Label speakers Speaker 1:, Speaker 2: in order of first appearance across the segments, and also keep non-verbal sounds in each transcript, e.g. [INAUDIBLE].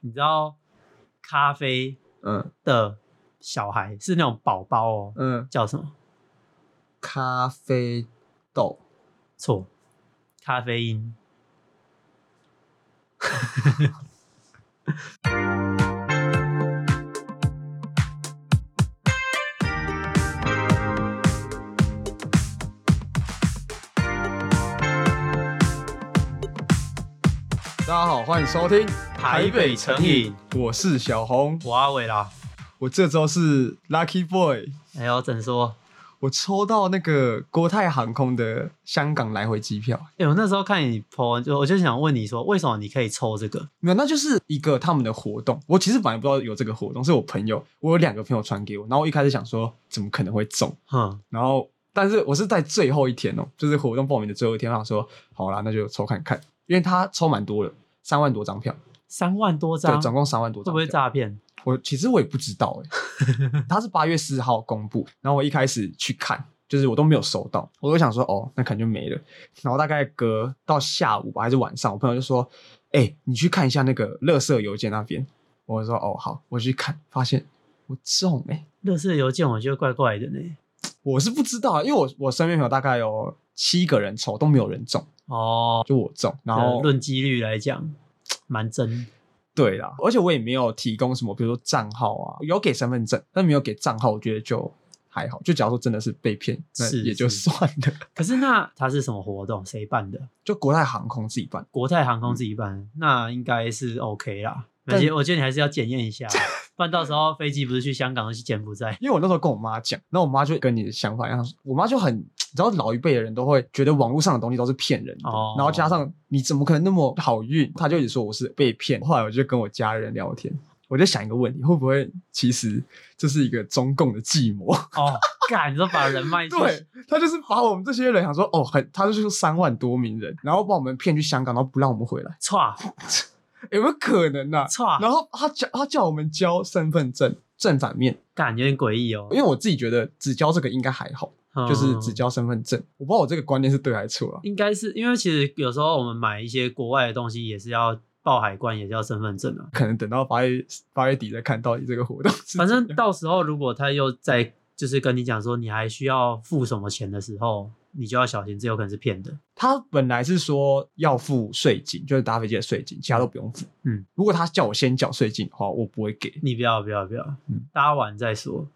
Speaker 1: 你知道咖啡
Speaker 2: 嗯
Speaker 1: 的小孩是那种宝宝哦，
Speaker 2: 嗯，
Speaker 1: 叫什么？
Speaker 2: 咖啡豆，
Speaker 1: 错，咖啡因。
Speaker 2: 大家好，欢迎收听
Speaker 1: 台北成瘾，
Speaker 2: 我是小红，
Speaker 1: 我阿伟啦，
Speaker 2: 我这周是 Lucky Boy，
Speaker 1: 哎呦，怎说？
Speaker 2: 我抽到那个国泰航空的香港来回机票，
Speaker 1: 哎、我那时候看你 po 文，就我就想问你说，为什么你可以抽这个？
Speaker 2: 没有，那就是一个他们的活动。我其实本来不知道有这个活动，是我朋友，我有两个朋友传给我，然后我一开始想说怎么可能会中，
Speaker 1: 哼，
Speaker 2: 然后但是我是在最后一天哦、就是活动报名的最后一天，我想说好啦，那就抽看看，因为他抽蛮多的，三万多张票，
Speaker 1: 三万多
Speaker 2: 对，
Speaker 1: 张，
Speaker 2: 总
Speaker 1: 会
Speaker 2: 共三万多张
Speaker 1: 不
Speaker 2: 票。
Speaker 1: 会诈骗？
Speaker 2: 我其实我也不知道哎、他是八月四号公布，然后我一开始去看，就是我都没有收到，我就想说哦，那可能就没了。然后大概隔到下午吧，还是晚上，我朋友就说：“哎、你去看一下那个垃圾邮件那边。”我说：“哦，好，我去看。”发现我中哎、
Speaker 1: 乐视邮件我觉得怪怪的呢。
Speaker 2: 我是不知道啊，因为我我身边朋友大概有七个人抽都没有人中，
Speaker 1: 哦，
Speaker 2: 就我中。然
Speaker 1: 呃
Speaker 2: 后
Speaker 1: 论几率来讲，蛮真。
Speaker 2: 对啦，而且我也没有提供什么，比如说账号啊，有给身份证，但没有给账号，我觉得就还好。就假如说真的是被骗，那
Speaker 1: 是
Speaker 2: 也就是算了。 [LAUGHS]
Speaker 1: 可是那它是什么活动？谁办的？
Speaker 2: 就国泰航空自己办，
Speaker 1: 国泰航空自己办，那应该是 OK 啦。而
Speaker 2: 嗯但
Speaker 1: 且我觉得你还是要检验一下，不然到时候飞机不是去香港，而去柬埔寨。
Speaker 2: 因为我那时候跟我妈讲，然后我妈就跟你的想法一样，我妈就很，你知道老一辈的人都会觉得网络上的东西都是骗人的，
Speaker 1: 哦
Speaker 2: 然后加上你怎么可能那么好运，她就一直说我是被骗。后来我就跟我家人聊天。我就想一个问题，会不会其实这是一个中共的计谋？
Speaker 1: 哦，干，你说把人卖去，
Speaker 2: [LAUGHS] 对他就是把我们这些人想说，哦，很，他就是三万多名人，然后把我们骗去香港，然后不让我们回来，
Speaker 1: 歘
Speaker 2: 有没有可能啊？
Speaker 1: 歘，
Speaker 2: 然后他叫他叫我们交身份证正反面，
Speaker 1: 干有点诡异哦
Speaker 2: 因，为我自己觉得只交这个应该还好，就是只
Speaker 1: 嗯
Speaker 2: 交身份证。我不知道我这个观念是对还是错啊。
Speaker 1: 应该是因为其实有时候我们买一些国外的东西也是要报海关，也是要身份证啊。
Speaker 2: 可能等到八月八月底再看到底这个活动是怎
Speaker 1: 反
Speaker 2: 样，
Speaker 1: 正到时候如果他又在就是跟你讲说你还需要付什么钱的时候，你就要小心，这有可能是骗的。
Speaker 2: 他本来是说要付税金，就是搭飞机的税金，其他都不用付。
Speaker 1: 嗯，
Speaker 2: 如果他叫我先缴税金的话，我不会给。
Speaker 1: 你不要不要不要
Speaker 2: 嗯，
Speaker 1: 搭完再说。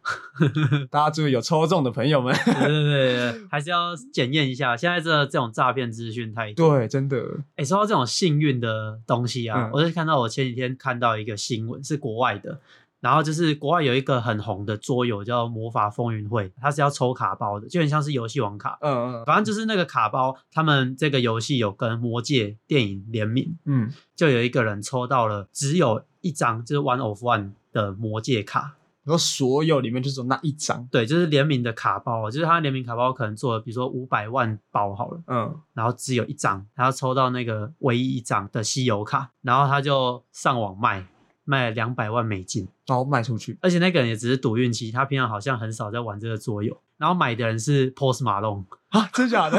Speaker 2: 大家注意，有抽中的朋友们， [LAUGHS]
Speaker 1: 对对对对，还是要检验一下。现在这这种诈骗资讯太多。
Speaker 2: 对，真的。
Speaker 1: 哎、说到这种幸运的东西啊，
Speaker 2: 嗯
Speaker 1: 我就看到我前几天看到一个新闻，是国外的，然后就是国外有一个很红的桌游叫《魔法风云会》，它是要抽卡包的，就很像是游戏王卡。
Speaker 2: 嗯嗯
Speaker 1: 反正就是那个卡包，他们这个游戏有跟《魔戒》电影联名，
Speaker 2: 嗯，
Speaker 1: 就有一个人抽到了只有一张，就是 One of One 的魔戒卡，
Speaker 2: 然后所有里面就只有那一张，
Speaker 1: 对，就是联名的卡包，啊就是他联名卡包可能做了，比如说五百万包好了。
Speaker 2: 嗯，
Speaker 1: 然后只有一张，他抽到那个唯一一张的稀有卡，然后他就上网卖，卖了两百万美金，
Speaker 2: 然后卖出去，
Speaker 1: 而且那个人也只是赌运气，他平常好像很少在玩这个桌游。然后买的人是 Post Malone， [LAUGHS]
Speaker 2: 啊，真假的？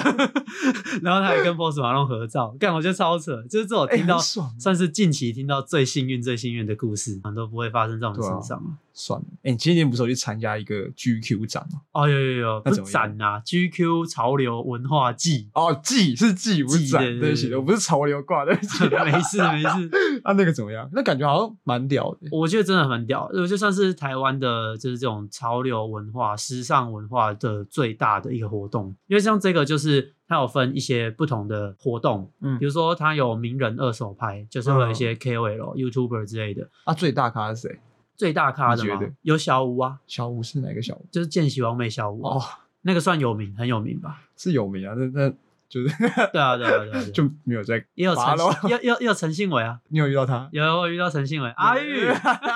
Speaker 1: 然后他还跟 Post Malone 合照，干我觉得超扯，就是这我
Speaker 2: 哎、
Speaker 1: 听到、
Speaker 2: 很爽，
Speaker 1: 算是近期听到最幸运最幸运的故事，都不会发生在我们
Speaker 2: 对啊
Speaker 1: 身上。
Speaker 2: [LAUGHS] 算了。哎、你今年不是有去参加一个 GQ 展吗？
Speaker 1: 哦，有有有，
Speaker 2: 那
Speaker 1: 不
Speaker 2: 怎
Speaker 1: 是
Speaker 2: 么样，
Speaker 1: 展啊，GQ 潮流文化季
Speaker 2: 哦，季是季，不是
Speaker 1: 季
Speaker 2: 展，
Speaker 1: 对对
Speaker 2: 对不起，
Speaker 1: 对
Speaker 2: 我不是潮流挂，对不
Speaker 1: [LAUGHS]
Speaker 2: 起。
Speaker 1: 没事没事。
Speaker 2: [LAUGHS] 啊，那个怎么样？那感觉好像蛮屌的。
Speaker 1: 我觉得真的很屌，我就算是台湾的，就是这种潮流文化、时尚文化的最大的一个活动。因为像这个，就是它有分一些不同的活动，
Speaker 2: 嗯
Speaker 1: 比，如说它有名人二手拍，就是会有一些 KOL、YouTuber 之类的。
Speaker 2: 啊，最大咖是谁？
Speaker 1: 最大咖的
Speaker 2: 你
Speaker 1: 嘛
Speaker 2: 觉得，
Speaker 1: 有小吴啊，
Speaker 2: 小吴是哪个小吴？
Speaker 1: 就是见习完美小吴啊、
Speaker 2: 哦，
Speaker 1: 那个算有名，很有名吧？
Speaker 2: 是有名啊，那那 [LAUGHS] 就是
Speaker 1: 对啊，对啊，对啊，对啊
Speaker 2: [LAUGHS] 就没有在。
Speaker 1: 也有陈
Speaker 2: 拔咯，
Speaker 1: 也也也有陈信伟啊，
Speaker 2: 你有遇到他？
Speaker 1: 有我遇到陈信伟，阿
Speaker 2: [LAUGHS]
Speaker 1: 玉， [LAUGHS]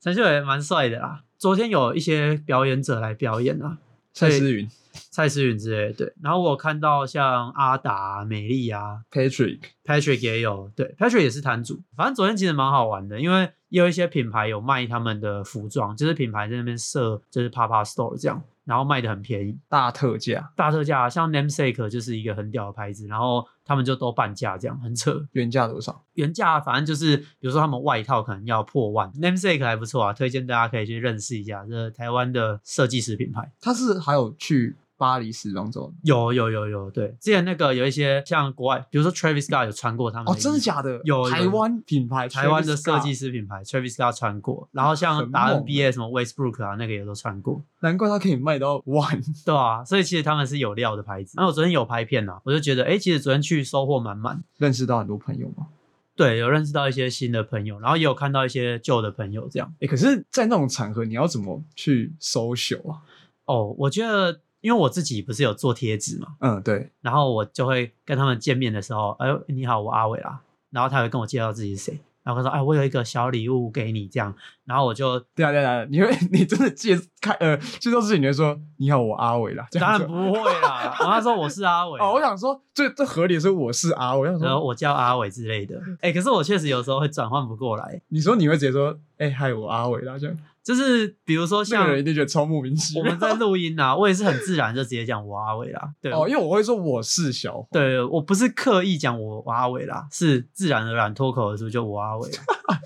Speaker 1: 陈信伟蛮帅的啦。昨天有一些表演者来表演啊，
Speaker 2: 蔡
Speaker 1: 对
Speaker 2: 思云
Speaker 1: 蔡思云之类的，对。然后我有看到像阿达、美丽啊、
Speaker 2: ，Patrick，
Speaker 1: Patrick 也有，对，Patrick 也是摊主。反正昨天其实蛮好玩的，因为也有一些品牌有卖他们的服装，就是品牌在那边设就是 Papa Store 这样。然后卖的很便宜，
Speaker 2: 大特价，
Speaker 1: 大特价。啊像 Namesake 就是一个很屌的牌子，然后他们就都半价，这样很扯。
Speaker 2: 原价多少？
Speaker 1: 原价反正就是，比如说他们外套可能要破万，Namesake 还不错啊，推荐大家可以去认识一下，这台湾的设计师品牌。
Speaker 2: 他是还有去巴黎时装周
Speaker 1: 有有有有，对，之前那个有一些像国外，比如说 Travis Scott 有穿过他们
Speaker 2: 哦，
Speaker 1: 衣
Speaker 2: 真的
Speaker 1: 服
Speaker 2: 假的？
Speaker 1: 有有
Speaker 2: 台湾品牌，
Speaker 1: 台湾的
Speaker 2: Travis
Speaker 1: 设计
Speaker 2: Scott
Speaker 1: 师品牌 Travis Scott 穿过，然后像
Speaker 2: 很
Speaker 1: 打
Speaker 2: 猛欸
Speaker 1: NBA 什么 Westbrook 啊，那个也都穿过，
Speaker 2: 难怪它可以卖到万。
Speaker 1: 对啊，所以其实他们是有料的牌子。那我昨天有拍片啊，我就觉得，哎、其实昨天去收获满满，
Speaker 2: [LAUGHS] 认识到很多朋友嘛。
Speaker 1: 对，有认识到一些新的朋友，然后也有看到一些旧的朋友，这样。
Speaker 2: 哎、可是，在那种场合，你要怎么去 social 啊？
Speaker 1: 哦，我觉得，因为我自己不是有做贴纸嘛，
Speaker 2: 嗯，对，
Speaker 1: 然后我就会跟他们见面的时候，哎，你好，我阿伟啦，然后他会跟我介绍自己是谁，然后他说，哎，我有一个小礼物给你，这样，然后我就
Speaker 2: 对啊，对啊，你会， [LAUGHS] 你真的介开呃介绍自己，你会说你好，我阿伟啦，这
Speaker 1: 当
Speaker 2: 样
Speaker 1: 然
Speaker 2: 子。
Speaker 1: 不会啦，然后他说我是阿伟啊，
Speaker 2: 哦，我想说，最最合理的是我是阿伟，我想
Speaker 1: 然
Speaker 2: 说，
Speaker 1: 后我叫阿伟之类的。哎、可是我确实有时候会转换不过来，
Speaker 2: 你说你会直接说，哎、嗨，我阿伟啦，这样，
Speaker 1: 就是比如说
Speaker 2: 那
Speaker 1: 像
Speaker 2: 个人一定觉得超莫名其
Speaker 1: 我
Speaker 2: 妙
Speaker 1: 们。在录音啊，我也是很自然就直接讲我阿伟啦。对，
Speaker 2: 哦，因为我会说我是小黄，
Speaker 1: 对我不是刻意讲我我阿伟啦，是自然而然脱口而出就我阿伟啦，
Speaker 2: [LAUGHS]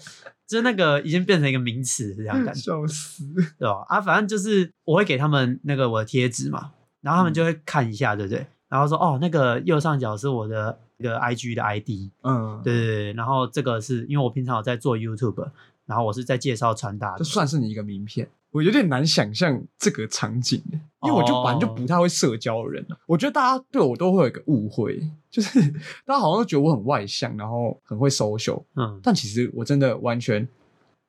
Speaker 1: 就是那个已经变成一个名词这样感觉，
Speaker 2: 笑死。
Speaker 1: 对吧？啊，反正就是我会给他们那个我的贴纸嘛，然后他
Speaker 2: 嗯
Speaker 1: 们就会看一下，对不对？然后说哦，那个右上角是我的那个 IG 的 ID，
Speaker 2: 嗯，，
Speaker 1: 对对对，然后这个是因为我平常有在做 YouTube，然后我是在介绍穿搭
Speaker 2: 这
Speaker 1: 的，
Speaker 2: 算是你一个名片。我有点难想象这个场景，欸因为我就
Speaker 1: 哦
Speaker 2: 本来就不太会社交的人啊。我觉得大家对我都会有一个误会，就是 [LAUGHS] 大家好像都觉得我很外向，然后很会 social，
Speaker 1: 嗯，
Speaker 2: 但其实我真的完全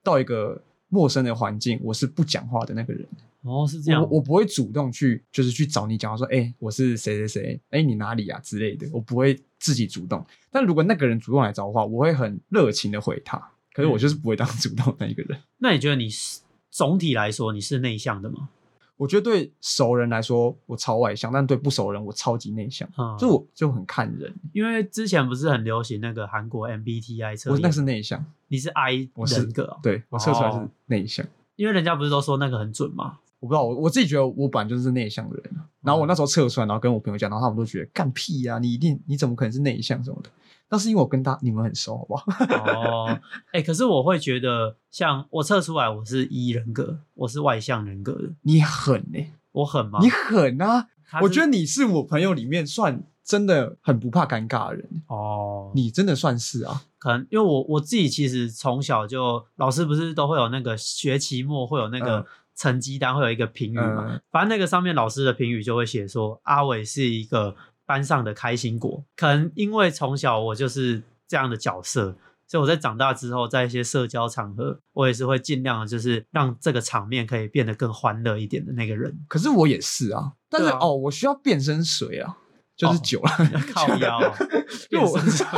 Speaker 2: 到一个陌生的环境，我是不讲话的那个人。
Speaker 1: 哦是这样，
Speaker 2: 我我不会主动去，就是去找你讲话说，哎、我是谁谁谁，哎、你哪里啊之类的，我不会自己主动。但如果那个人主动来找我的话，我会很热情的回他。可是我
Speaker 1: 嗯
Speaker 2: 就是不会当 [LAUGHS] 主动的那一个人。
Speaker 1: 那你觉得你是总体来说你是内向的吗？
Speaker 2: 我觉得对熟人来说，我超外向，但对不熟人，我超级内向。
Speaker 1: 嗯，
Speaker 2: 就我就很看人，
Speaker 1: 因为之前不是很流行那个韩国 MBTI 测
Speaker 2: 我
Speaker 1: 验，
Speaker 2: 那是内向，
Speaker 1: 你是 I
Speaker 2: 我是
Speaker 1: 人格哦、
Speaker 2: 对我测出来是
Speaker 1: 哦
Speaker 2: 内向。
Speaker 1: 因为人家不是都说那个很准吗？
Speaker 2: 我不知道，我我自己觉得我本来就是内向的人啊。然
Speaker 1: 嗯
Speaker 2: 后我那时候测出来，然后跟我朋友讲，然后他们都觉得干屁呀、你一定你怎么可能是内向什么的？但是因为我跟他你们很熟，好不好？ [LAUGHS]
Speaker 1: 哦，哎、可是我会觉得，像我测出来我是 E 人格，我是外向人格的，
Speaker 2: 你狠呢、
Speaker 1: 我很吗？
Speaker 2: 你狠啊！
Speaker 1: 他是
Speaker 2: 我觉得你是我朋友里面算真的很不怕尴尬的人，
Speaker 1: 哦，
Speaker 2: 你真的算是啊。
Speaker 1: 可能因为我我自己其实从小就老师不是都会有那个学期末会有那个
Speaker 2: 嗯
Speaker 1: 成绩单会有一个评语嘛，
Speaker 2: 嗯，。
Speaker 1: 反正那个上面老师的评语就会写说阿伟是一个班上的开心果。可能因为从小我就是这样的角色，所以我在长大之后，在一些社交场合，我也是会尽量的就是让这个场面可以变得更欢乐一点的那个人 [LAUGHS]
Speaker 2: 可是我也是啊，但是、
Speaker 1: 对啊
Speaker 2: 哦，我需要变身水啊，就是
Speaker 1: 哦
Speaker 2: 酒了。
Speaker 1: 靠腰啊、
Speaker 2: [LAUGHS] 因为我
Speaker 1: 变身
Speaker 2: [LAUGHS]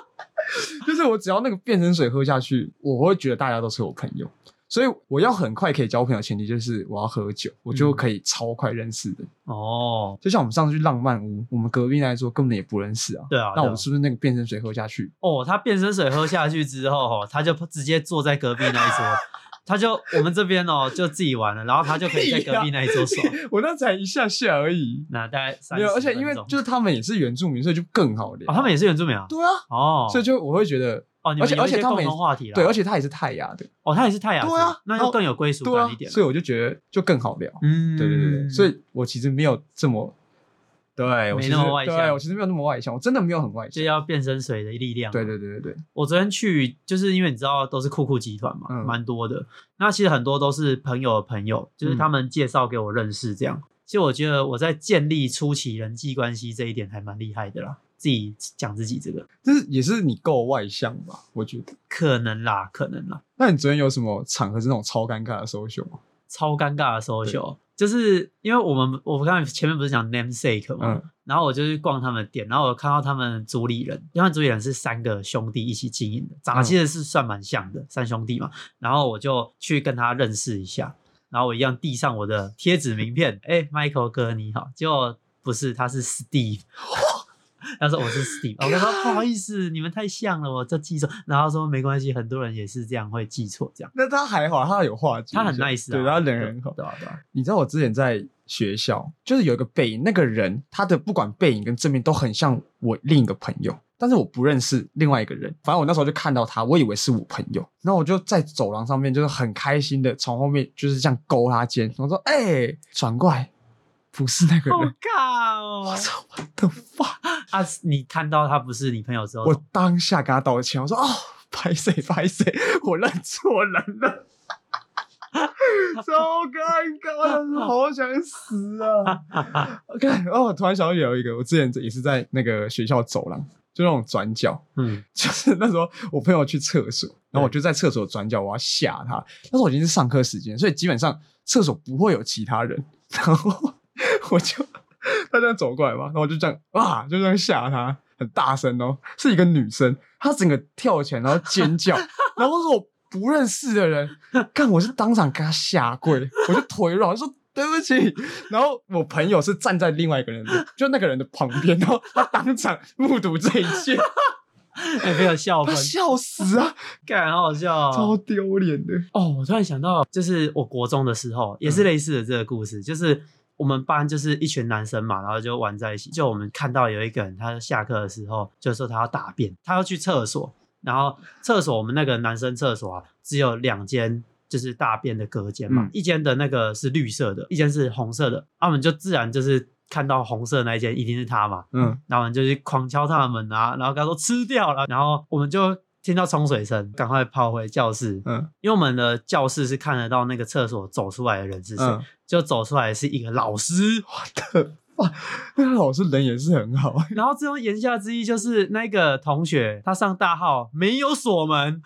Speaker 1: [LAUGHS]
Speaker 2: 就是我只要那个变身水喝下去，我会觉得大家都是我朋友，所以我要很快可以交朋友，的前提就是我要喝酒，我就可以超快认识人。
Speaker 1: 哦，
Speaker 2: 就像我们上次去浪漫屋，我们隔壁那一桌根本也不认识啊。
Speaker 1: 对啊，
Speaker 2: 那
Speaker 1: 对啊
Speaker 2: 我们是不是那个变身水喝下去？
Speaker 1: 哦，他变身水喝下去之后，哦，他就直接坐在隔壁那一桌。
Speaker 2: [LAUGHS]
Speaker 1: 他就我们这边哦，就自己玩了，然后他就可以在隔壁那一桌爽。
Speaker 2: 我那才一下下而已，
Speaker 1: 那大概三十分
Speaker 2: 没有，
Speaker 1: 钟，
Speaker 2: 而且因为就是他们也是原住民，所以就更好聊。
Speaker 1: 哦，他们也是原住民啊。
Speaker 2: 对啊，
Speaker 1: 哦，
Speaker 2: 所以就我会觉得，
Speaker 1: 哦，你们
Speaker 2: 而且
Speaker 1: 有一
Speaker 2: 而且
Speaker 1: 些
Speaker 2: 他们
Speaker 1: 共
Speaker 2: 也
Speaker 1: 同话题啦。
Speaker 2: 对，而且他也是泰雅的，
Speaker 1: 哦，他也是泰雅族，
Speaker 2: 对啊
Speaker 1: 那
Speaker 2: 然
Speaker 1: 就
Speaker 2: 后
Speaker 1: 更有归属
Speaker 2: 对啊
Speaker 1: 感一，点了。
Speaker 2: 所以我就觉得就更好聊。
Speaker 1: 嗯，
Speaker 2: 对对对对，所以我其实没有这么，对我
Speaker 1: 没
Speaker 2: 其
Speaker 1: 那
Speaker 2: 实
Speaker 1: 么外向
Speaker 2: 对我其实没有那么外向，我真的没有很外
Speaker 1: 就
Speaker 2: 向。
Speaker 1: 要变身水的力量。
Speaker 2: 对对，对对对，
Speaker 1: 我昨天去，就是因为你知道都是酷酷集团嘛，
Speaker 2: 嗯
Speaker 1: 蛮多的。那其实很多都是朋友的朋友，就是他们介绍给我认识这样。其实我觉得我在建立初期人际关系这一点还蛮厉害的啦，自己讲自己这个
Speaker 2: 就是也是你够外向吧？我觉得。
Speaker 1: 可能啦，可能啦，
Speaker 2: 那你昨天有什么场合是那种超尴尬的 social 吗？
Speaker 1: 超尴尬的 social，就是因为我们我刚才前面不是讲 namesake 吗？
Speaker 2: 嗯，
Speaker 1: 然后我就去逛他们店，然后我看到他们主理人，因为他们主理人是三个兄弟一起经营的，长得
Speaker 2: 嗯
Speaker 1: 其实是算蛮像的，三兄弟嘛。然后我就去跟他认识一下，然后我一样递上我的贴纸名片，哎，Michael
Speaker 2: [LAUGHS]
Speaker 1: 哥你好，结果不是，他是 Steve，他说我是 Steve，我跟他说不好意思，你们太像了，我这记错。然后他说没关系，很多人也是这样会记错，这样
Speaker 2: 那他还好，他有话剧，
Speaker 1: 他很 nice 啊，
Speaker 2: 对，他人很好。
Speaker 1: 对啊对啊，
Speaker 2: 你知道我之前在学校，就是有一个背影，那个人他的不管背影跟正面都很像我另一个朋友，但是我不认识另外一个人。反正我那时候就看到他，我以为是我朋友，然后我就在走廊上面就是很开心的从后面就是这样勾他肩，我说：“哎、转过来，不是那个
Speaker 1: 好 [LAUGHS]
Speaker 2: 人。”
Speaker 1: 尬哦
Speaker 2: 我。操我的妈！
Speaker 1: 啊，你看到他不是你朋友之后，
Speaker 2: 我当下跟他道歉，我说：“哦，拍谁拍谁，我认错人了。”超尴尬，好想死啊！看，哦，我突然想到有一个，我之前也是在那个学校走廊，就那种转角，
Speaker 1: 嗯，
Speaker 2: [LAUGHS] 就是那时候我朋友去厕所，然后我就在厕所转角，我要吓他。那时候已经是上课时间，所以基本上厕所不会有其他人。然后 [LAUGHS] 我就他这样走过来嘛，然后我就这样啊，就这样吓他，很大声哦，是一个女生，她整个跳起来，然后尖叫，然后是我不认识的人，看我是当场给她下跪，我就腿软，我说。对不起，然后我朋友是站在另外一个人的，就那个人的旁边，然后他当场目睹这一切，
Speaker 1: 哎，没有笑
Speaker 2: 他
Speaker 1: 喷，
Speaker 2: 笑死啊，
Speaker 1: [LAUGHS] 干，好好笑哦。
Speaker 2: 超丢脸的。
Speaker 1: 哦，我突然想到，就是我国中的时候也是类似的这个故事，就是我们班就是一群男生嘛，然后就玩在一起。就我们看到有一个人，他下课的时候就说他要大便，他要去厕所，然后厕所我们那个男生厕所啊，只有两间。就是大便的隔间嘛，
Speaker 2: 嗯
Speaker 1: 一间的那个是绿色的，一间是红色的，啊他、我们就自然就是看到红色那一间一定是他嘛，
Speaker 2: 嗯，
Speaker 1: 然后我们就去狂敲他的门啊，然后跟他说吃掉了，然后我们就听到冲水声，赶快跑回教室，
Speaker 2: 嗯
Speaker 1: 因为我们的教室是看得到那个厕所走出来的人是谁，
Speaker 2: 嗯，
Speaker 1: 就走出来是一个老
Speaker 2: [LAUGHS]
Speaker 1: 师，
Speaker 2: 我的哇，那个老师人也是很好， [LAUGHS]
Speaker 1: 然后最后言下之意就是那个同学他上大号没有锁门，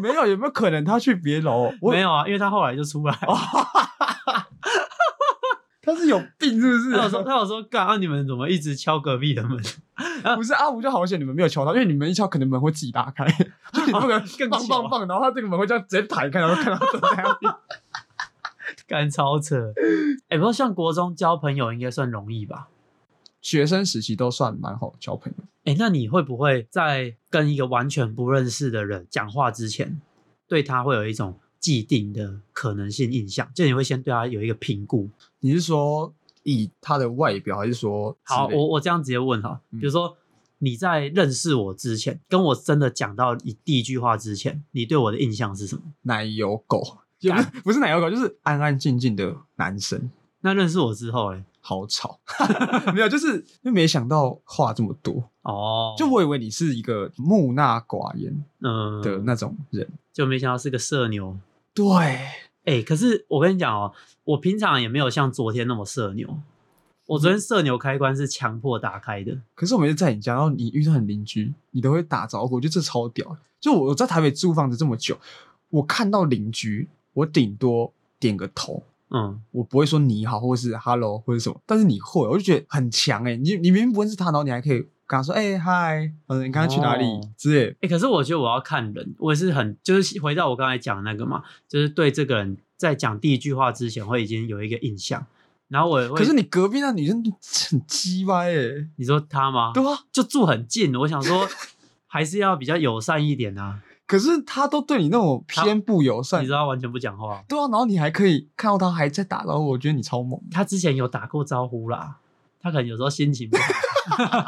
Speaker 2: 没有有没有可能他去别 [LAUGHS] 楼？我哦
Speaker 1: 没有啊，因为他后来就出来，
Speaker 2: 他是有病是不
Speaker 1: [LAUGHS] 他有
Speaker 2: [LAUGHS]
Speaker 1: 说
Speaker 2: 是？
Speaker 1: 他有说干啊你们怎么一直敲隔壁的门， [LAUGHS]
Speaker 2: 不是阿五就好险，你们没有敲他，因为你们一敲可能门会自己打开， [LAUGHS] 就你不能
Speaker 1: 更
Speaker 2: 棒
Speaker 1: 巧
Speaker 2: 棒棒，然后他这个门会这样直接打开，然后看到都在那边。
Speaker 1: 干超
Speaker 2: [LAUGHS]
Speaker 1: 扯，哎、不过像国中交朋友应该算容易吧？
Speaker 2: [LAUGHS] 学生时期都算蛮好交朋友，
Speaker 1: 哎、那你会不会在跟一个完全不认识的人讲话之前，对他会有一种既定的可能性印象？就你会先对他有一个评估，
Speaker 2: 你是说以他的外表，还是说之
Speaker 1: 好，
Speaker 2: 类
Speaker 1: 我我这样直接问哈，比
Speaker 2: 嗯
Speaker 1: 如说你在认识我之前，跟我真的讲到你第一句话之前，你对我的印象是什么？
Speaker 2: 奶油狗？也不是不是奶油狗，就是安安静静的男生。
Speaker 1: 那认识我之后
Speaker 2: [LAUGHS]
Speaker 1: 嘞？
Speaker 2: 好吵，没有，就是就没想到话这么多，
Speaker 1: 哦，
Speaker 2: 就我以为你是一个木讷寡言
Speaker 1: 嗯、
Speaker 2: 的那种人，
Speaker 1: 就没想到是个社牛。
Speaker 2: 对，
Speaker 1: 哎、可是我跟你讲哦，我平常也没有像昨天那么社牛。我昨天
Speaker 2: 嗯
Speaker 1: 社牛开关是强迫打开的，
Speaker 2: 可是我每次在你家，然后你遇到你邻居，你都会打招呼，我觉得这超屌。就我在台北租房子这么久，我看到邻居，我顶多点个头。
Speaker 1: 嗯，
Speaker 2: 我不会说你好，或是 hello，或者什么，但是你会，我就觉得很强哎、你你明明不认识他，然后你还可以跟他说，哎、嗨，嗯，你刚刚去哪里、
Speaker 1: 哦
Speaker 2: 之类的，
Speaker 1: 哎、可是我觉得我要看人，我也是很就是回到我刚才讲的那个嘛，就是对这个人在讲第一句话之前会已经有一个印象，然后我也会
Speaker 2: 可是你隔壁那女生很鸡歪哎、
Speaker 1: 你说他吗？
Speaker 2: 对啊，
Speaker 1: 就住很近，我想
Speaker 2: [LAUGHS]
Speaker 1: 说还是要比较友善一点啊。
Speaker 2: 可是他都对你那种偏不友
Speaker 1: 你
Speaker 2: 善
Speaker 1: 知，道他完全不讲话，
Speaker 2: 对啊，然后你还可以看到他还在打招呼，我觉得你超猛。
Speaker 1: 他之前有打过招呼啦，他可能有时候心情不好。 [LAUGHS]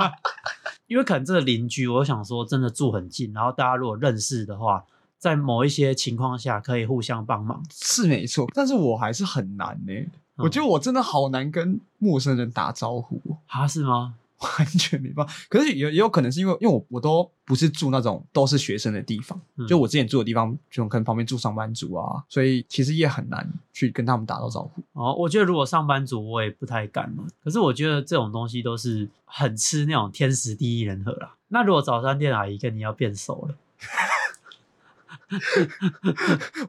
Speaker 1: 因为可能这个邻居，我想说真的住很近，然后大家如果认识的话，在某一些情况下可以互相帮忙。
Speaker 2: 是没错，但是我还是很难呢、
Speaker 1: 嗯
Speaker 2: 我觉得我真的好难跟陌生人打招呼， [LAUGHS]
Speaker 1: 啊，是吗？
Speaker 2: 完全没办法。可是也也有可能是因为，因为我我都不是住那种都是学生的地方，
Speaker 1: 嗯
Speaker 2: 就我之前住的地方，就可能旁边住上班族啊，所以其实也很难去跟他们打到招呼。
Speaker 1: 哦，我觉得如果上班族，我也不太敢了。可是我觉得这种东西都是很吃那种天时地利人和啦。那如果早餐店阿姨跟你要变熟了，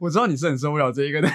Speaker 2: 我知道你是很受不了这一个的，
Speaker 1: 哦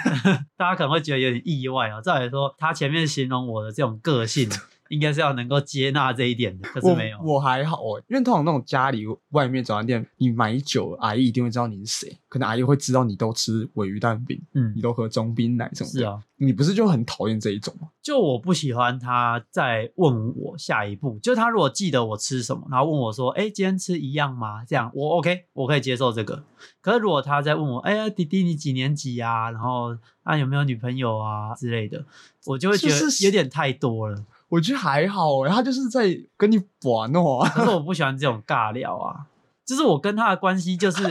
Speaker 2: [LAUGHS]
Speaker 1: 大家可能会觉得有点意外啊。再来说，他前面形容我的这种个性，应该是要能够接纳这一点的，可是
Speaker 2: 我
Speaker 1: 没有。
Speaker 2: 我还好哎、因为通常那种家里外面早餐店，你买酒，阿姨一定会知道你是谁，可能阿姨会知道你都吃鲔鱼蛋饼，你
Speaker 1: 嗯，
Speaker 2: 都喝中冰奶什么的，
Speaker 1: 是啊，
Speaker 2: 你不是就很讨厌这一种吗？
Speaker 1: 就我不喜欢他再问我下一步，就他如果记得我吃什么，然后问我说：“哎、今天吃一样吗？”这样我 OK，我可以接受这个。可是如果他在问我：“哎、呀，弟弟你几年级啊？然后啊有没有女朋友啊之类的”，我就会觉
Speaker 2: 就
Speaker 1: 得
Speaker 2: 是
Speaker 1: 有点太多了。
Speaker 2: 我觉得还好哎、他就是在跟你玩哦、 [LAUGHS]
Speaker 1: 可是我不喜欢这种尬聊啊，就是我跟他的关系就是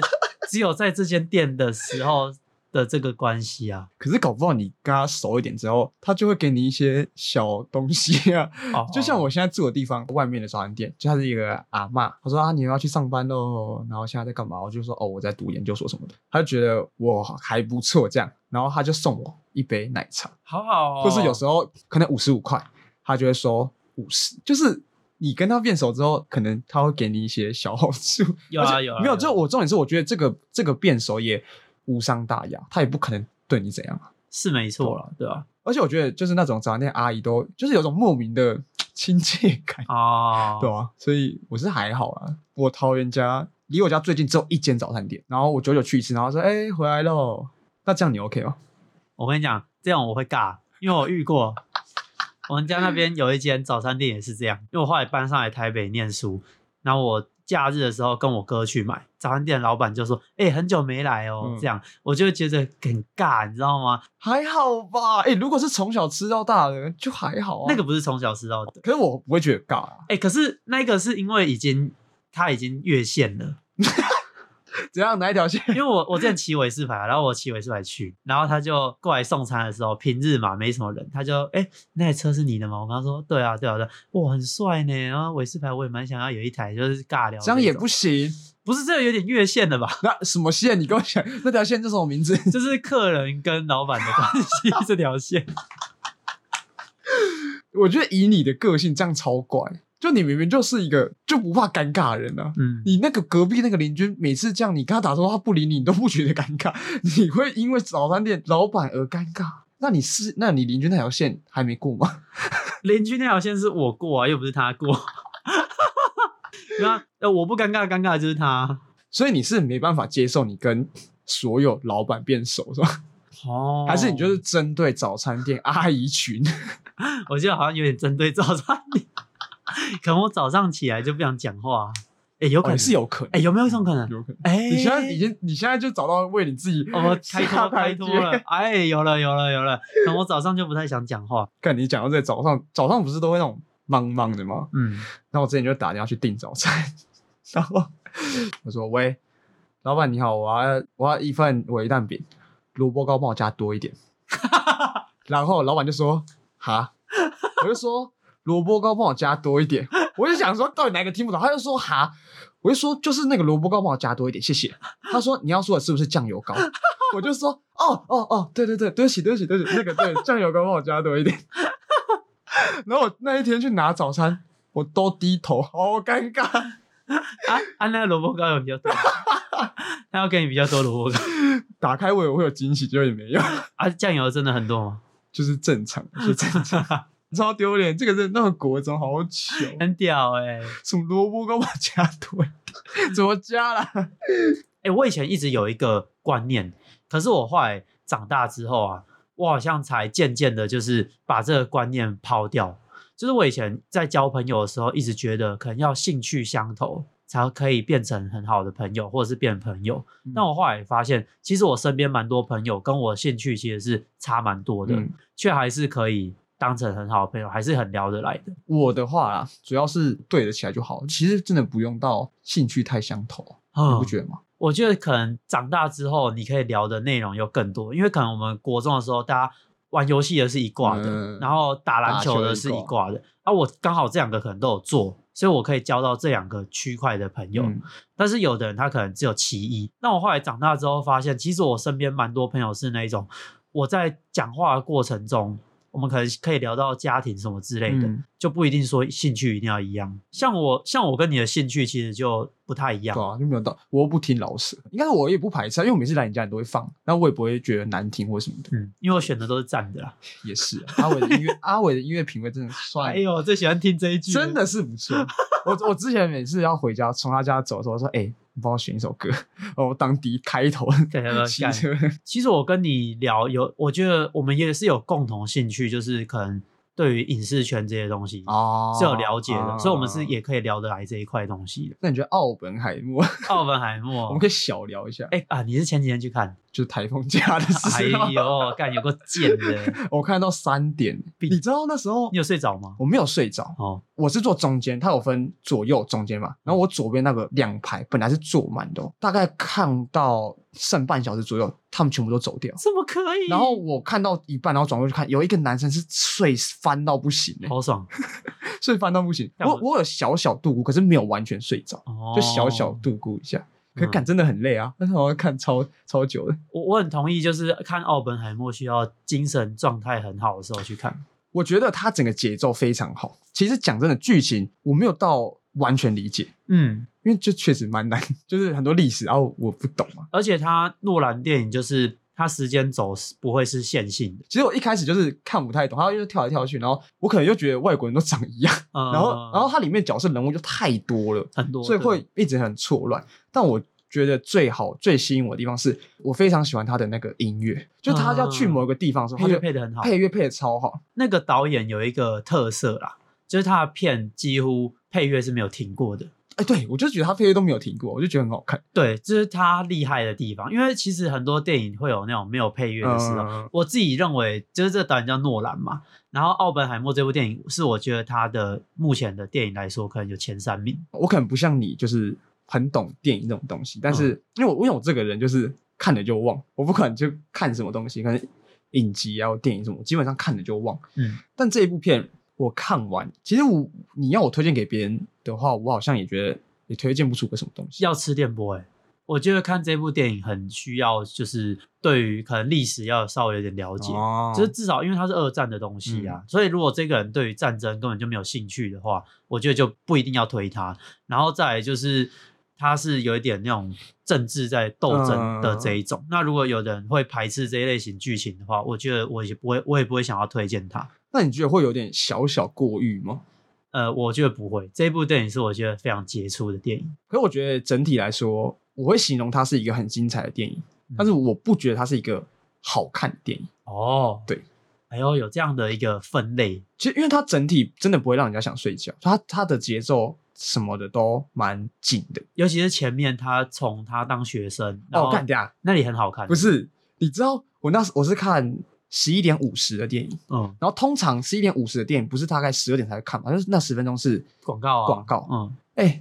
Speaker 1: 只有在这间店的时候的这个关系啊。
Speaker 2: 可是搞不好你跟他熟一点之后，他就会给你一些小东西啊，
Speaker 1: 哦，
Speaker 2: 就像我现在住的地方外面的早餐店，就她是一个阿嬷，她说啊你要去上班喽，然后现在在干嘛？我就说哦我在读研究所什么的，她就觉得我还不错这样，然后她就送我一杯奶茶，
Speaker 1: 好好、哦，
Speaker 2: 或是有时候可能五十五块，她就会说五十，就是。你跟她变熟之后，可能她会给你一些小好处。
Speaker 1: 有啊
Speaker 2: 而且
Speaker 1: 有啊
Speaker 2: 没有？
Speaker 1: 有啊
Speaker 2: 就我重点是，我觉得这个这个变熟也无伤大雅，她也不可能对你怎样啊。
Speaker 1: 是没错了，对啊吧、
Speaker 2: 而且我觉得，就是那种早餐店阿姨都就是有种莫名的亲切感。
Speaker 1: 哦，
Speaker 2: 对啊，所以我是还好啊。我桃园家离我家最近只有一间早餐店，然后我久久去一次，然后说哎、回来喽。那这样你 OK 吗？
Speaker 1: 我跟你讲，这样我会尬，因为我遇过。我们家那边有一间早餐店也是这样，因为我后来搬上来台北念书，然后我假日的时候跟我哥去买，早餐店老板就说：“哎、很久没来哦。
Speaker 2: 嗯
Speaker 1: 这样我就会觉得很尬，你知道吗？
Speaker 2: 还好吧。哎、如果是从小吃到大的就还好啊。
Speaker 1: 那个，不是从小吃到大，
Speaker 2: 可是我不会觉得尬、啊。
Speaker 1: 哎、可是那个是因为已经他已经越线了，
Speaker 2: 怎样？哪一条线？
Speaker 1: 因为我我之前骑韦斯牌，然后我骑韦斯牌去，然后他就过来送餐的时候，平日嘛没什么人，他就哎、那台车是你的吗？我跟他说对啊对啊对啊哇很帅呢，然后韦斯牌我也蛮想要有一台，就是尬聊
Speaker 2: 这样也
Speaker 1: 种
Speaker 2: 不行。
Speaker 1: 不是这个有点越线了吧？ [LAUGHS]
Speaker 2: 那什么线？你跟我讲，那条线叫什么名字？ [LAUGHS]
Speaker 1: 就是客人跟老板的关系这条线，
Speaker 2: 我觉得以你的个性，这样超怪。就你明明就是一个就不怕尴尬的人啊。
Speaker 1: 嗯，
Speaker 2: 你那个隔壁那个邻居每次这样，你跟他打招呼，他不理你，你都不觉得尴尬， [LAUGHS] 你会因为早餐店老板而尴尬。那你是，那你邻居那条线还没过吗？ [LAUGHS]
Speaker 1: 邻居那条线是我过啊，又不是他过。 [LAUGHS] 那呃，我不尴尬，尴尬的就是他。
Speaker 2: 所以你是没办法接受你跟所有老板变熟是吧？
Speaker 1: 哦，
Speaker 2: 还是你就是针对早餐店阿姨群？
Speaker 1: 我觉得好像有点针对早餐店，可能我早上起来就不想讲话，哎、有 [LAUGHS] 可
Speaker 2: 哦，
Speaker 1: 能、
Speaker 2: 也是，有可能，
Speaker 1: 哎、有没有这种可能？
Speaker 2: 有可能。
Speaker 1: 哎、
Speaker 2: 你现在已经，你现在就找到为你自己
Speaker 1: 哦，我开
Speaker 2: 下
Speaker 1: 脱
Speaker 2: 台
Speaker 1: 开
Speaker 2: 阶
Speaker 1: 脱。了，哎、有了有了有了，可能我早上就不太想讲话，
Speaker 2: 看你讲到这早上，早上不是都会那种茫茫的吗？
Speaker 1: 嗯，
Speaker 2: 那我之前就打电话去订早餐， [LAUGHS] 然后我说：“喂，老板你好，我要我要一份微蛋饼，萝卜糕帮我加多一点。”然后老板就说：“哈。”我就说：“萝卜糕帮我加多一点。”我就想说到底哪个听不懂，他就说：“哈。”我就说：“就是那个萝卜糕帮我加多一点，谢谢。”他说：“你要说的是不是酱油膏？”我就说：“哦哦哦，对对对，对不起对不起对不起，那个对酱油膏帮我加多一点。” [LAUGHS] 然后我那一天去拿早餐，我都低头，好尴尬。
Speaker 1: 啊啊，那个萝卜糕有比较多， [LAUGHS] 他要给你比较多萝卜糕，
Speaker 2: 打开我以为会有惊喜，结果也没有， [LAUGHS]
Speaker 1: 啊，酱油真的很多吗？ [LAUGHS]
Speaker 2: 就是正 [LAUGHS] 常，就是正常，超丢脸。这个是那个国中好 [LAUGHS] 糗，
Speaker 1: 很屌哎、
Speaker 2: 什么萝卜糕把加多， [LAUGHS] 怎么加啦？
Speaker 1: 哎、我以前一直有一个观念，可是我后来长大之后啊，我好像才渐渐的，就是把这个观念抛掉。就是我以前在交朋友的时候，一直觉得可能要兴趣相投才可以变成很好的朋友，或者是变朋友。但我后来发现，其实我身边蛮多朋友跟我兴趣其实是差蛮多的，
Speaker 2: 嗯
Speaker 1: 却还是可以当成很好的朋友，还是很聊得来的。
Speaker 2: 我的话啦，主要是对得起来就好，其实真的不用到兴趣太相投，你
Speaker 1: 嗯
Speaker 2: 不觉得吗？
Speaker 1: 我觉得可能长大之后，你可以聊的内容又更多，因为可能我们国中的时候，大家玩游戏的是一挂的，
Speaker 2: 嗯
Speaker 1: 然后打篮球的
Speaker 2: 打球
Speaker 1: 是
Speaker 2: 一
Speaker 1: 一挂的。啊，我刚好这两个可能都有做，所以我可以交到这两个区块的朋友。
Speaker 2: 嗯
Speaker 1: 但是有的人他可能只有其一。那我后来长大之后发现，其实我身边蛮多朋友是那一种，我在讲话的过程中，我们可能可以聊到家庭什么之类的，
Speaker 2: 嗯
Speaker 1: 就不一定说兴趣一定要一样。像我，像我跟你的兴趣其实就不太一样
Speaker 2: 对。啊，就没有到，我又不听老舍，应该是我也不排斥啊，因为我每次来你家你都会放，那我也不会觉得难听或什么的，
Speaker 1: 嗯，因为我选的都是赞的啦。
Speaker 2: 也是、啊。阿伟的音 [LAUGHS] 乐，阿伟的音乐品味真的算
Speaker 1: 哎，呦，最喜欢听这一句，
Speaker 2: 真的是不错。 [LAUGHS] 我我之前每次要回家从他家走的时候，我说：“哎、你帮我选一首歌， [LAUGHS] 哦，当第一开头。”
Speaker 1: 对对对
Speaker 2: [LAUGHS] 骑
Speaker 1: 干
Speaker 2: 车
Speaker 1: 其实我跟你聊有，我觉得我们也是有共同兴趣，就是可能对于影视圈这些东西
Speaker 2: 哦
Speaker 1: 是有了解的，
Speaker 2: 哦
Speaker 1: 所以我们是也可以聊得来这一块东西的
Speaker 2: [LAUGHS] 。那你觉得奥本海默，
Speaker 1: 奥本海
Speaker 2: 我
Speaker 1: 默
Speaker 2: 们可，以小聊一下？
Speaker 1: 哦哎、啊，你是前几天去
Speaker 2: [LAUGHS]
Speaker 1: 看？
Speaker 2: 就是台风假的
Speaker 1: 哎
Speaker 2: 时候，
Speaker 1: 呦，干有个贱的，
Speaker 2: [LAUGHS] 我看到三点，你知道那时候
Speaker 1: 你有睡着吗？
Speaker 2: 我没有睡着，
Speaker 1: 哦，
Speaker 2: 我是坐中间，它有分左右中间
Speaker 1: 嗯
Speaker 2: 嘛，然后我左边那个两排本来是坐满的哦、大概看到剩半小时左右，他们全部都走掉。
Speaker 1: 怎么可以？
Speaker 2: 然后我看到一半，然后转过去看，有一个男生是睡翻到不行、欸，
Speaker 1: 好
Speaker 2: [LAUGHS]
Speaker 1: 爽
Speaker 2: 睡翻到不行。
Speaker 1: 干嘛
Speaker 2: 我我有小小度过，可是没有完全睡着，
Speaker 1: 哦，
Speaker 2: 就小小度过一下。可
Speaker 1: 嗯
Speaker 2: 感真的很累啊，但 [LAUGHS] 是我要看超超久的。
Speaker 1: 我我很同意，就是看奥本海默需要精神状态很好的时候去看。
Speaker 2: 我觉得它整个节奏非常好。其实讲真的，剧情我没有到完全理解，
Speaker 1: 嗯，
Speaker 2: 因为就确实蛮难， [LAUGHS] 就是很多历史，然后我不懂啊嘛。
Speaker 1: 而且他诺兰电影就是他时间轴是不会是线性的，
Speaker 2: 其实我一开始就是看不太懂，他就跳来跳去，然后我可能就觉得外国人都长一样，
Speaker 1: 嗯、
Speaker 2: 然后然后它里面角色人物就太多了，
Speaker 1: 很多，
Speaker 2: 所以
Speaker 1: 对
Speaker 2: 会一直很错乱。但我觉得最好、最吸引我的地方是我非常喜欢他的那个音乐，就他要去某一个地方的时候，
Speaker 1: 配
Speaker 2: 他
Speaker 1: 乐
Speaker 2: 就
Speaker 1: 嗯配的很好。
Speaker 2: 配乐配的超好。
Speaker 1: 那个导演有一个特色啦，就是他的片几乎配乐是没有停过的。
Speaker 2: 哎，对我就觉得他配乐都没有停过，我就觉得很好看。
Speaker 1: 对，这、是他厉害的地方。因为其实很多电影会有那种没有配乐的时候，
Speaker 2: 嗯
Speaker 1: 我自己认为就是这个导演叫诺兰嘛。然后《奥本海默》这部电影是我觉得他的目前的电影来说，可能有前三名。
Speaker 2: 我可能不像你，就是很懂电影这种东西，但
Speaker 1: 嗯
Speaker 2: 是因为我因为我这个人就是看了就忘，我不可能就看什么东西，可能影集啊、电影什么，我基本上看了就忘。
Speaker 1: 嗯，
Speaker 2: 但这一部片我看完，其实我你要我推荐给别人的话，我好像也觉得也推荐不出个什么东西。
Speaker 1: 要吃电波哎、我觉得看这部电影很需要，就是对于可能历史要稍微有点了解。
Speaker 2: 哦嗯
Speaker 1: 就是至少因为它是二战的东西啊，所以如果这个人对于战争根本就没有兴趣的话，我觉得就不一定要推他。然后再来就是，他是有一点那种政治在斗争的
Speaker 2: 嗯
Speaker 1: 这一种。那如果有人会排斥这一类型剧情的话，我觉得我也不会，我也不会想要推荐他。
Speaker 2: 那你觉得会有点小小过誉吗？
Speaker 1: 呃，我觉得不会。这部电影是我觉得非常杰出的电影，
Speaker 2: 可是我觉得整体来说，我会形容它是一个很精彩的电影，
Speaker 1: 嗯
Speaker 2: 但是我不觉得它是一个好看的电影。
Speaker 1: 哦，
Speaker 2: 对，
Speaker 1: 哎呦，有这样的一个分类，
Speaker 2: 其实因为它整体真的不会让人家想睡觉，它它的节奏什么的都蛮紧的。
Speaker 1: 尤其是前面他从他当学生，然
Speaker 2: 哦，
Speaker 1: 后
Speaker 2: 干掉啊！
Speaker 1: 那里很好看，
Speaker 2: 不，是，你知道我那时我是看十一点五十的电影，
Speaker 1: 嗯，
Speaker 2: 然后通常十一点五十的电影不是大概十二点才会看嘛，就是那十分钟是
Speaker 1: 广告啊，
Speaker 2: 广告
Speaker 1: 嗯。
Speaker 2: 哎、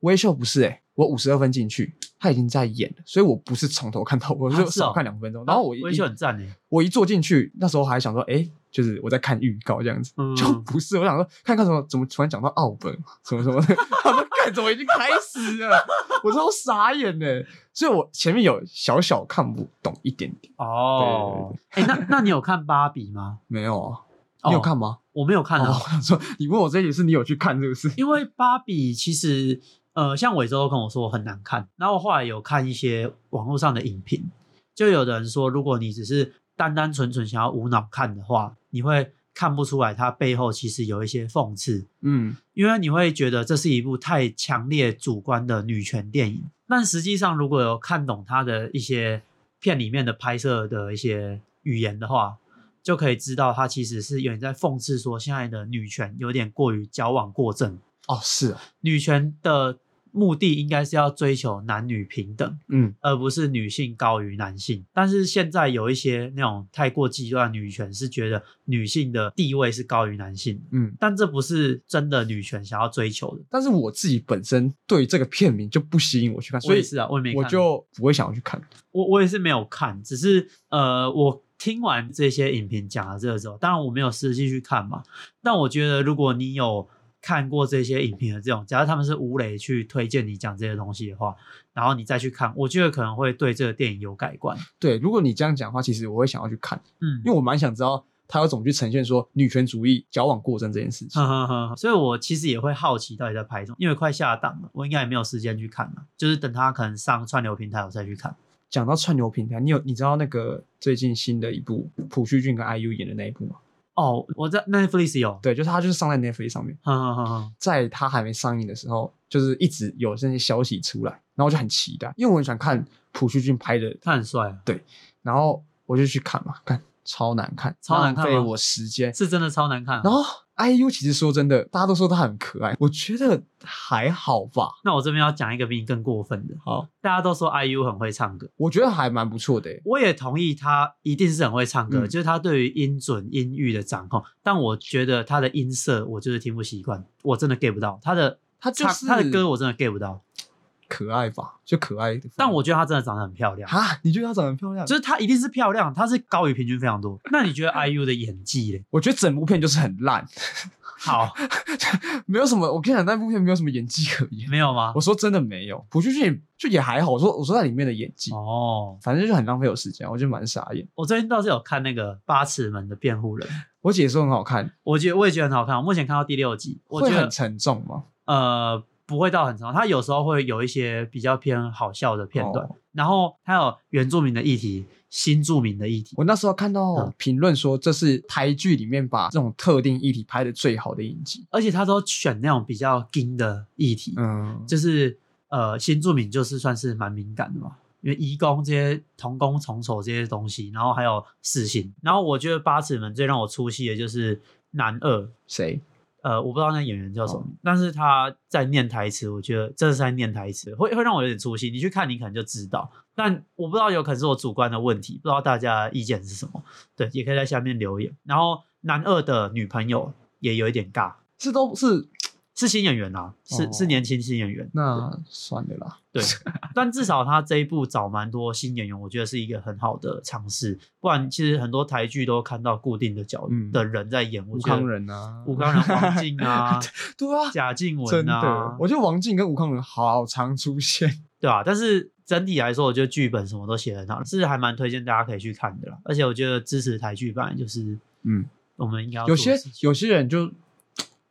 Speaker 2: 微秀不是哎、我五十二分进去，他已经在演了，所以我不是从头看到尾，我
Speaker 1: 啊
Speaker 2: 就是
Speaker 1: 哦
Speaker 2: 少看两分钟。然后我一
Speaker 1: 微秀很赞诶，
Speaker 2: 我一坐进去，那时候还想说，哎、就是我在看预告这样子，
Speaker 1: 嗯
Speaker 2: 就不是我想说看看什么，怎么突然讲到奥本什么什么的， [LAUGHS] 他说看怎么已经开始了，我超傻眼呢、所以我前面有小小看不懂一点点，
Speaker 1: 哦，哎、那那你有看芭比吗？
Speaker 2: [LAUGHS] 没有啊，你有
Speaker 1: 哦
Speaker 2: 看吗？
Speaker 1: 我没有看啊，
Speaker 2: 哦，我想说你问我这件事，你有去看是不是？
Speaker 1: 因为芭比其实呃，像伟洲跟我说很难看，然后我后来有看一些网络上的影评，就有的人说，如果你只是单单纯纯想要无脑看的话，你会看不出来它背后其实有一些讽刺，
Speaker 2: 嗯，
Speaker 1: 因为你会觉得这是一部太强烈主观的女权电影。但实际上，如果有看懂它的一些片里面的拍摄的一些语言的话，就可以知道它其实是有点在讽刺说现在的女权有点过于矫枉过正。
Speaker 2: 哦是啊，
Speaker 1: 女权的目的应该是要追求男女平等，
Speaker 2: 嗯，
Speaker 1: 而不是女性高于男性。但是现在有一些那种太过极端的女权是觉得女性的地位是高于男性的，
Speaker 2: 嗯，
Speaker 1: 但这不是真的女权想要追求的。
Speaker 2: 但是我自己本身对于这个片名就不吸引我去看，所
Speaker 1: 我也
Speaker 2: 以
Speaker 1: 是啊，我也没看，
Speaker 2: 我就不会想要去看。
Speaker 1: 我我也是没有看，只是呃，我听完这些影评讲了这个之后，当然我没有实际去看嘛，但我觉得如果你有看过这些影评的这种，假如他们是吴磊去推荐你讲这些东西的话，然后你再去看，我觉得可能会对这个电影有改观。
Speaker 2: 对，如果你这样讲的话，其实我会想要去看，
Speaker 1: 嗯
Speaker 2: 因为我蛮想知道他要怎么去呈现说女权主义矫枉过正这件事情。
Speaker 1: 哼哼哼，所以我其实也会好奇到底在拍什么，因为快下档了，我应该也没有时间去看了，就是等它可能上串流平台我再去看。
Speaker 2: 讲到串流平台，你有你知道那个最近新的一部朴叙俊跟 IU 演的那一部吗？
Speaker 1: 哦，我在 Netflix 有，
Speaker 2: 对，就是他就是上在 Netflix 上面，
Speaker 1: 哼哼哼哼，
Speaker 2: 在他还没上映的时候，就是一直有这些消息出来，然后我就很期待，因为我很喜欢看朴叙俊拍的，
Speaker 1: 他很帅啊，
Speaker 2: 然后我就去看嘛，看超难看，
Speaker 1: 超难看吗
Speaker 2: 浪费我时间。
Speaker 1: 是真的超难看啊、
Speaker 2: 然后 IU 其实说真的，大家都说他很可爱，我觉得还好吧。
Speaker 1: 那我这边要讲一个比你更过分的，
Speaker 2: 好，
Speaker 1: 大家都说 IU 很会唱歌，
Speaker 2: 我觉得还蛮不错的欸。
Speaker 1: 我也同意他一定是很会唱歌，
Speaker 2: 嗯
Speaker 1: 就是他对于音准、音域的掌控，但我觉得他的音色我就是听不习惯，我真的 get 不到他的
Speaker 2: 他就
Speaker 1: 唱
Speaker 2: 是
Speaker 1: 他的歌，我真的 get 不到。
Speaker 2: 可爱吧，就可爱的风格。
Speaker 1: 但我觉得她真的长得很漂亮，
Speaker 2: 啊，你觉得她长得很漂亮？
Speaker 1: 就是她一定是漂亮，她是高于平均非常多。那你觉得 IU 的演技嘞？
Speaker 2: 我觉得整部片就是很烂，
Speaker 1: 好，
Speaker 2: 没有什么。我跟你讲，那部片没有什么演技可言。
Speaker 1: 没有吗
Speaker 2: 我？说真的没有，朴叙俊就也还好。我说我说在里面的演技，
Speaker 1: 哦，
Speaker 2: 反正就很浪费我时间，我就蛮傻眼。
Speaker 1: 我最近倒是有看那个《八尺门的辩护人》，
Speaker 2: 我姐说很好看，
Speaker 1: 我觉得我也觉得很好看。我目前看到第六集，我
Speaker 2: 会
Speaker 1: 觉得
Speaker 2: 很沉重吗？
Speaker 1: 呃不会到很长，它有时候会有一些比较偏好笑的片段，
Speaker 2: 哦
Speaker 1: 然后还有原住民的议题、新住民的议题。
Speaker 2: 我那时候看到
Speaker 1: 嗯
Speaker 2: 评论说，这是台剧里面把这种特定议题拍的最好的影集。
Speaker 1: 而且他都选那种比较硬的议题，
Speaker 2: 嗯，
Speaker 1: 就是呃，新住民就是算是蛮敏感的嘛，因为移工这些童工、重丑这些东西，然后还有死刑，然后我觉得八尺门最让我出戏的就是男二，
Speaker 2: 谁？
Speaker 1: 呃，我不知道那演员叫
Speaker 2: 哦
Speaker 1: 什么名，但是他在念台词，我觉得这是在念台词，会会让我有点出戏。你去看，你可能就知道，但我不知道，有可能是我主观的问题，不知道大家的意见是什么。对，也可以在下面留言。然后男二的女朋友也有一点尬，
Speaker 2: 是都是
Speaker 1: 是新演员啊，是、
Speaker 2: 哦
Speaker 1: 是年轻新演员。
Speaker 2: 那算了啦。
Speaker 1: 对，但至少他这一部找蛮多新演员，我觉得是一个很好的尝试。不然其实很多台剧都看到固定的角、
Speaker 2: 嗯
Speaker 1: 的人在演，我
Speaker 2: 吴
Speaker 1: 觉得
Speaker 2: 康仁啊，
Speaker 1: 吴康仁、王静啊、
Speaker 2: [LAUGHS] 对啊，
Speaker 1: 贾静
Speaker 2: 真
Speaker 1: 雯
Speaker 2: 的
Speaker 1: 啊，，
Speaker 2: 我觉得王静跟吴康仁好常出现。
Speaker 1: 对吧、但是整体来说，我觉得剧本什么都写得很好，是还蛮推荐大家可以去看的啦。而且我觉得支持台剧版就是，
Speaker 2: 嗯，
Speaker 1: 我们应该要做
Speaker 2: 有些
Speaker 1: 的事情
Speaker 2: 有些人就，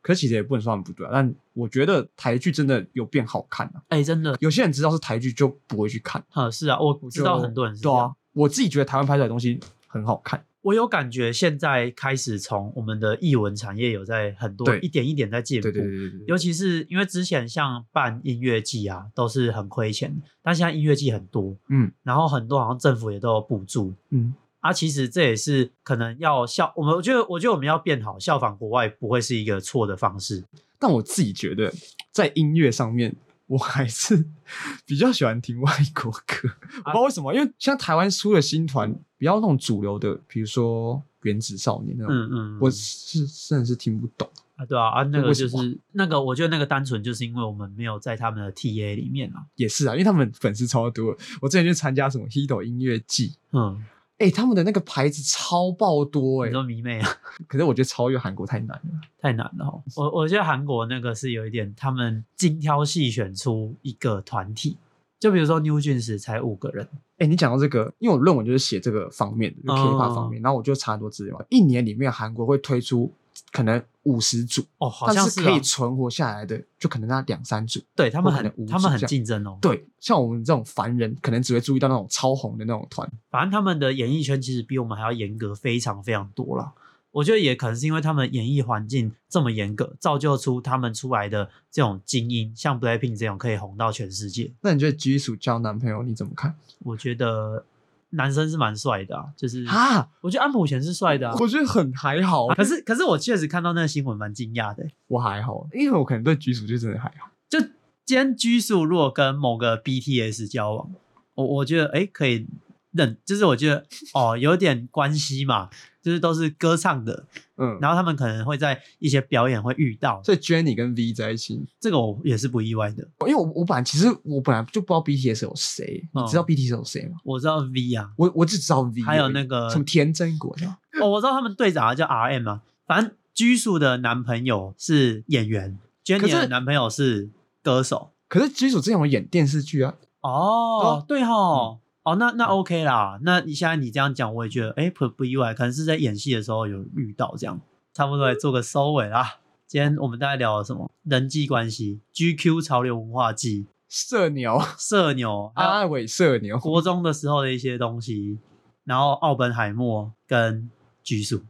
Speaker 2: 可其实也不能算不对啊。但我觉得台剧真的有变好看啊。
Speaker 1: 哎、真的，
Speaker 2: 有些人知道是台剧就不会去看，
Speaker 1: 呃，是啊，我
Speaker 2: 我
Speaker 1: 知道
Speaker 2: 就
Speaker 1: 很多人是这
Speaker 2: 对
Speaker 1: 样。
Speaker 2: 啊。我自己觉得台湾拍出来的东西很好看，
Speaker 1: 我有感觉，现在开始从我们的译文产业有在很多
Speaker 2: 对
Speaker 1: 一点一点在进步，
Speaker 2: 对对对对对，
Speaker 1: 尤其是因为之前像办音乐季啊，都是很亏钱的，但现在音乐季很多，
Speaker 2: 嗯
Speaker 1: 然后很多好像政府也都有补助
Speaker 2: 嗯，
Speaker 1: 啊。其实这也是可能要效，我们我觉得，我觉得我们要变好，效仿国外不会是一个错的方式。
Speaker 2: 但我自己觉得在音乐上面，我还是 [LAUGHS] 比较喜欢听外国歌。我不知道为什么，因为像台湾出的新团，比较那种主流的，比如说原子少年那种，
Speaker 1: 嗯嗯，
Speaker 2: 我是真的是听不懂。
Speaker 1: 啊对啊啊，那
Speaker 2: 为
Speaker 1: 个
Speaker 2: 什
Speaker 1: 就
Speaker 2: 么
Speaker 1: 是那个，我觉得那个单纯就是因为我们没有在他们的 TA 里面啊，
Speaker 2: 也是啊，因为他们粉丝超多。我之前去参加什么 Hito 音乐季，
Speaker 1: 嗯，
Speaker 2: 哎、他们的那个牌子超爆多哎、
Speaker 1: 很多迷妹啊。
Speaker 2: 可是我觉得超越韩国太难了。
Speaker 1: 太难了哦！我我觉得韩国那个是有一点，他们精挑细选出一个团体，就比如说 New Jeans 才五个人，
Speaker 2: 哎、你讲到这个，因为我论文就是写这个方面的，就
Speaker 1: 哦
Speaker 2: K-pop 方面，然后我就查很多资料。一年里面，韩国会推出可能五十组，
Speaker 1: 哦，好
Speaker 2: 但
Speaker 1: 像
Speaker 2: 是
Speaker 1: 啊
Speaker 2: 可以存活下来的，就可能那两三组。
Speaker 1: 对他们
Speaker 2: 不可能
Speaker 1: 很
Speaker 2: 无
Speaker 1: 他们很
Speaker 2: 止这样
Speaker 1: 竞争哦。
Speaker 2: 对，像我们这种凡人，可能只会注意到那种超红的那种团。
Speaker 1: 反正他们的演艺圈其实比我们还要严格，非常非常多了。我觉得也可能是因为他们演艺环境这么严格，造就出他们出来的这种精英，像 BLACKPINK 这种可以红到全世界。
Speaker 2: 那你觉得橘鼠交男朋友你怎么看？
Speaker 1: 我觉得男生是蛮帅的啊，就是
Speaker 2: 啊，
Speaker 1: 我觉得安普贤是帅的啊。
Speaker 2: 我觉得很还好，
Speaker 1: 可是可是我确实看到那个新闻蛮惊讶的欸、
Speaker 2: 我还好，因为我可能对橘鼠就真的还好。
Speaker 1: 就今天居素如果跟某个 BTS 交往，我我觉得哎、诶可以认，就是我觉得哦有点关系嘛， [LAUGHS] 就是都是歌唱的，
Speaker 2: 嗯，
Speaker 1: 然后他们可能会在一些表演会遇到，
Speaker 2: 所以 Jenny 跟 V 在一起，
Speaker 1: 这个我也是不意外的。
Speaker 2: 因为我我本来其实我本来就不知道 BTS 有谁，
Speaker 1: 嗯
Speaker 2: 你知道 BTS 有谁吗？
Speaker 1: 我知道 V 啊，
Speaker 2: 我我只知道 V，
Speaker 1: 还有
Speaker 2: 而已
Speaker 1: 那个
Speaker 2: 什么田真国是吧
Speaker 1: 哦我知道他们队长啊叫 RM 啊，反正居素的男朋友是演员
Speaker 2: 可
Speaker 1: ，Jenny
Speaker 2: 是
Speaker 1: 的男朋友是歌手。
Speaker 2: 可是橘鼠之前有演电视剧啊，
Speaker 1: 哦，对哈、
Speaker 2: 嗯
Speaker 1: 哦，哦，那那 OK 啦。那你现在你这样讲，我也觉得哎、诶不不意外，可能是在演戏的时候有遇到这样，差不多来做个收尾啦。今天我们大概聊了什么？人际关系、GQ 潮流文化季、
Speaker 2: 社牛，
Speaker 1: 社牛，还有
Speaker 2: 阿伟社牛，
Speaker 1: 国中的时候的一些东西，然后奥本海默跟橘鼠，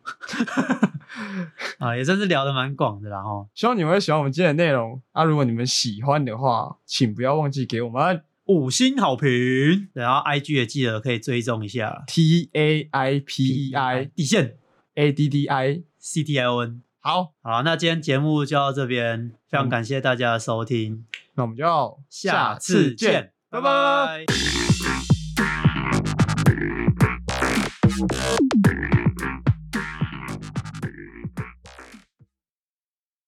Speaker 1: [LAUGHS] 啊，也算是聊得蛮广的啦哈。
Speaker 2: 希望你们会喜欢我们今天的内容啊！如果你们喜欢的话，请不要忘记给我们
Speaker 1: 五星好评，然后 IG 也记得可以追踪一下
Speaker 2: T A I P E I
Speaker 1: 底线
Speaker 2: A D D I。
Speaker 1: C T I O N。
Speaker 2: 好，
Speaker 1: 好，那今天节目就到这边，非常感谢大家的收听，
Speaker 2: 那我们就
Speaker 1: 下次见，
Speaker 2: 拜
Speaker 1: 拜
Speaker 2: 拜
Speaker 1: 拜。